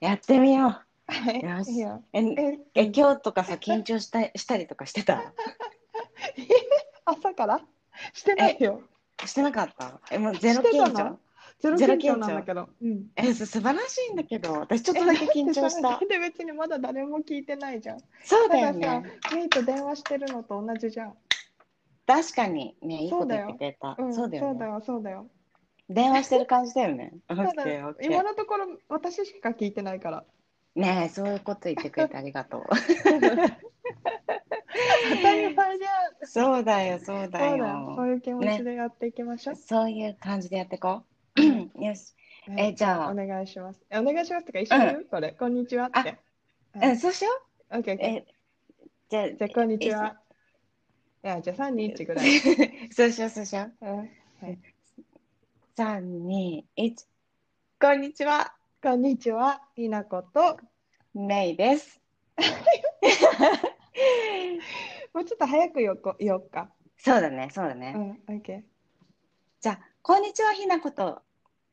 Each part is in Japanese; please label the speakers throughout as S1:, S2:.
S1: やってみよう。よし
S2: いいよ
S1: え、
S2: え
S1: え今日とかさ、緊張したしたりとかしてた
S2: 朝からしてないよ。
S1: してなかったえ、もうゼ
S2: し
S1: ロ
S2: て
S1: 緊張
S2: たのゼロ
S1: ゼロ
S2: 緊
S1: 緊張
S2: 張なんだけど。うん。
S1: え、す素晴らしいんだけど、私ちょっとだけ緊張し
S2: えなん
S1: た
S2: で。で別にまだ誰も聞いてないじゃん。
S1: そう
S2: た
S1: だ
S2: だ
S1: よ
S2: さ
S1: ね。、
S2: メイと電話してるのと同じじゃん。
S1: 確かに、ね、いい
S2: そ
S1: こ
S2: う
S1: と
S2: だ
S1: 言
S2: よ
S1: ってくれた。
S2: ん
S1: そうだよ
S2: そうだ
S1: ね。
S2: よ、そうだよ。
S1: 電話してる感じだよね。オ
S2: た
S1: ッ
S2: だ
S1: ケー、オッケ
S2: 今
S1: ー。
S2: のところ私しか聞いてないから。
S1: ねえ、そういうこと言ってくれてありが とう。
S2: 当たり前じゃん。
S1: そうだよ、そう だ
S2: そうだよ。そう
S1: よ。
S2: いう気持ちでやっていきましょう。
S1: そういう感じでやっていこう。 よし。え、
S2: ね
S1: じゃ
S2: お
S1: あ、
S2: 願いします。えお願いしますとか一緒に言う、これ。こんにちはって。
S1: うん、そうしよ
S2: オッケーオッ
S1: う。
S2: ケー。
S1: え、じゃあ、
S2: じゃあ、こんにちは。いや、じゃあ3、2、1ぐ らい。
S1: そうしよう、そうしよう。
S2: うん
S1: 三二一。こんにちは、
S2: こんにちは、りなこと。
S1: メイ です。
S2: もうちょっと早くよこ言おうか。
S1: そうだね、そうだ
S2: う
S1: ね。
S2: ん、オッケ
S1: じゃあ、こんにちは、ひなこと。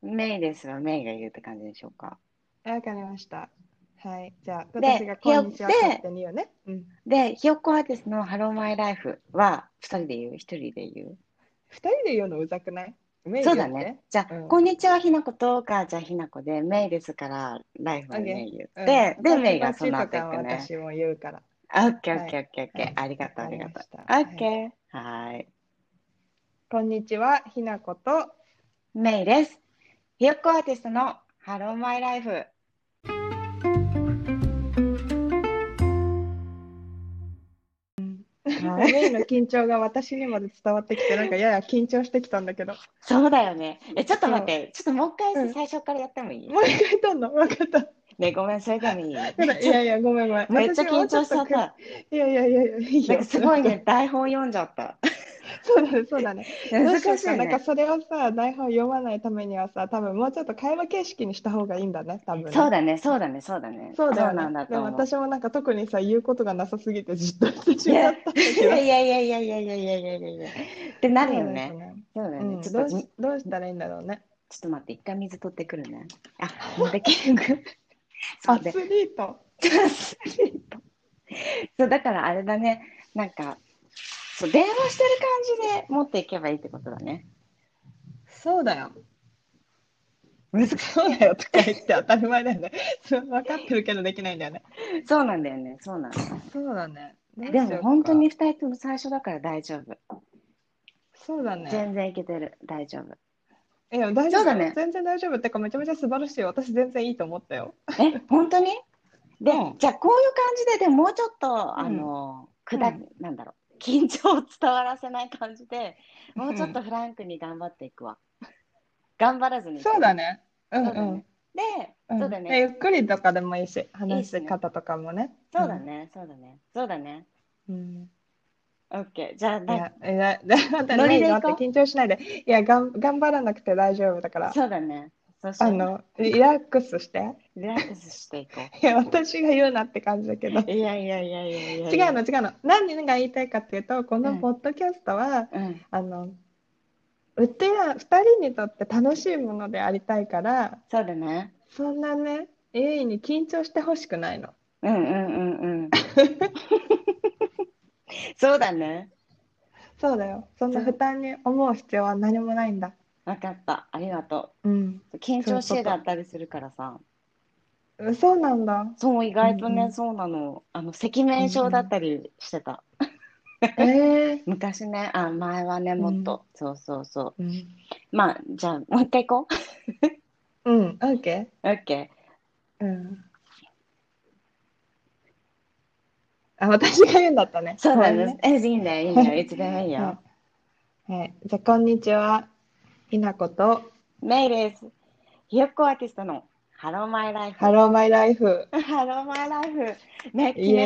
S1: メイですはメイが言うって感じでしょうか。
S2: ー。わかりました。はい。じゃあ、
S1: で
S2: 私がこんにちは
S1: ひよ
S2: 勝手に言うね。うん。
S1: で、ひよっこアーティストのハローマイライフは、二人で言う、一人で言
S2: 2人で言うのうざくないメ
S1: う。
S2: イ
S1: そ
S2: 言
S1: う
S2: って
S1: だね。。じゃあ、
S2: うん
S1: こんにちは、ひなことか、じゃあ、ひなこで、メイですから、ライフはメイ言
S2: う
S1: っ
S2: ん
S1: て、で、
S2: パチ
S1: メイ
S2: パ
S1: が
S2: チ
S1: その後
S2: とか
S1: 行
S2: は
S1: くね。
S2: 私も言うから。
S1: あオッケー、オ
S2: はい
S1: ッケー、オッケー、オッケー。ありがとう、ありがとう。
S2: わ
S1: オ
S2: かりました
S1: ッケー。はーい。
S2: こんにちは、ひなこと。
S1: メイです。ひよっこアーティストのハローマイライフ。はい
S2: メイの緊張が私にまで伝わってきて、なんかやや緊張してきたんだけど。
S1: そうだよね。え、ちょっと待って、ちょっともう一回さ、
S2: うん
S1: 最初からやってもいい
S2: もう一回言ったの分かった。
S1: ね、ごめん、それで もいい。
S2: ほらいやいや、ごめんごめん。
S1: めっちゃ緊張しちゃっ
S2: 私もうょと
S1: た。
S2: く。いやいやいやいや、いい
S1: なん
S2: よ。
S1: かすごい。ね、台本読んじゃった。
S2: そうだね、そうだね。
S1: 難
S2: どう
S1: しい
S2: ようなんか
S1: ね。
S2: それをさ、台本読まないためにはさ、多分もうちょっと会話形式にした方がいいんだね、多分ね。
S1: そうだね、そうだね、そうだね。
S2: そうだよね
S1: なんだ
S2: で
S1: と
S2: も
S1: 思う。
S2: 私もなんか特にさ、言うことがなさすぎてじっとしてし
S1: い
S2: ま
S1: や
S2: っ
S1: い
S2: たんだけど。
S1: やいやいやいやいやいやいやいやいやって なるよね。そうだよ
S2: そうだね。うん
S1: ね。ちょっ
S2: ど
S1: と
S2: う
S1: じ
S2: しどうしたらいいんだろうね。
S1: ちょっと待って、一回水取ってくるね。 あ、持ってきる。 そ
S2: ア
S1: うで
S2: ス。リート。
S1: そうだからあれだね、なんかそう電話してる感じで持っていけばいいってことだね。
S2: そうだよ。
S1: 難し
S2: そうだよとか言って当たり前だよね。そう分かってるけどできないんだよね。
S1: いそうなんだよね、そうなんだ。
S2: そうだね。どうし
S1: で
S2: ようか
S1: も本当に2人とも最初だから大丈夫。
S2: そうだね。
S1: 全然いけてる、大丈夫。
S2: いや大丈
S1: そ
S2: 夫
S1: うだね
S2: 全然大丈夫ってかめちゃめちゃ素晴らしいよ。私全然いいと思ったよ。
S1: え、本当にで
S2: うん、
S1: じゃあこういう感じで、でももうちょっと、
S2: うん
S1: あの、くだ、
S2: うん
S1: なんだろう、緊張を伝わらせない感じで、もうちょっとフランクに頑張っていくわ。頑張らずに。
S2: そうだ。ね。う
S1: そ
S2: ん
S1: う
S2: う
S1: だ
S2: ん
S1: ね。。で、
S2: ん
S1: そうだね
S2: えゆっくりとかでもいいし、
S1: いいっ
S2: 話
S1: す
S2: し
S1: ね
S2: 方とかもね。
S1: そうだね、そうだね、そうだね。
S2: うん。
S1: オッケー、じゃあ、
S2: い
S1: な
S2: や、いや、 待って
S1: ノリで行こう
S2: 待って緊張しないで。いや、がん頑張らなくて大丈夫だから、
S1: そうだね。そうしよ
S2: あ
S1: う
S2: の、リラックスして。
S1: リラックスしていこ
S2: いや、私が言うなって感じだけど。
S1: う。いやいやいやいやいや。
S2: 違うの、。違うの。何が言いたいかっていうと、こ
S1: う
S2: の
S1: ん
S2: ポッドキャストは、
S1: うん、
S2: あの、うちら2人にとって楽しいものでありたいから、
S1: そうだね。
S2: そんなね、永遠に緊張してほしくないの。
S1: うんうんうんう ん。そうだね。
S2: そうだよ。そんな
S1: そう
S2: 負担に思う必要は何もないんだ。
S1: わかった。ありがと
S2: うん。
S1: う。緊張し
S2: そうい
S1: いう
S2: こ
S1: だ
S2: と
S1: ったりするからさ。
S2: そうな んだ。
S1: そう、意外とね、
S2: うんうん
S1: そうなの。あの、赤面症だったりしてた。
S2: ええ
S1: 昔ね、あ、前はね、もっと。そうそうそ
S2: うん。
S1: う。まあ、じゃあ、もう一回行こ
S2: うん、オッケ
S1: う。オッケ
S2: ー。うん。あ、私が言うんだったね
S1: ー。。そうだ
S2: ごめん
S1: ね。。え、いいね、いいね。いつでもいい よ。
S2: はい。はいじゃあ、こんにちは。ひなこと、
S1: メイです。ひよっこアーティストのハローマイライフ。
S2: ハローマイライフ。
S1: ハローマイライフ。ね、
S2: イエ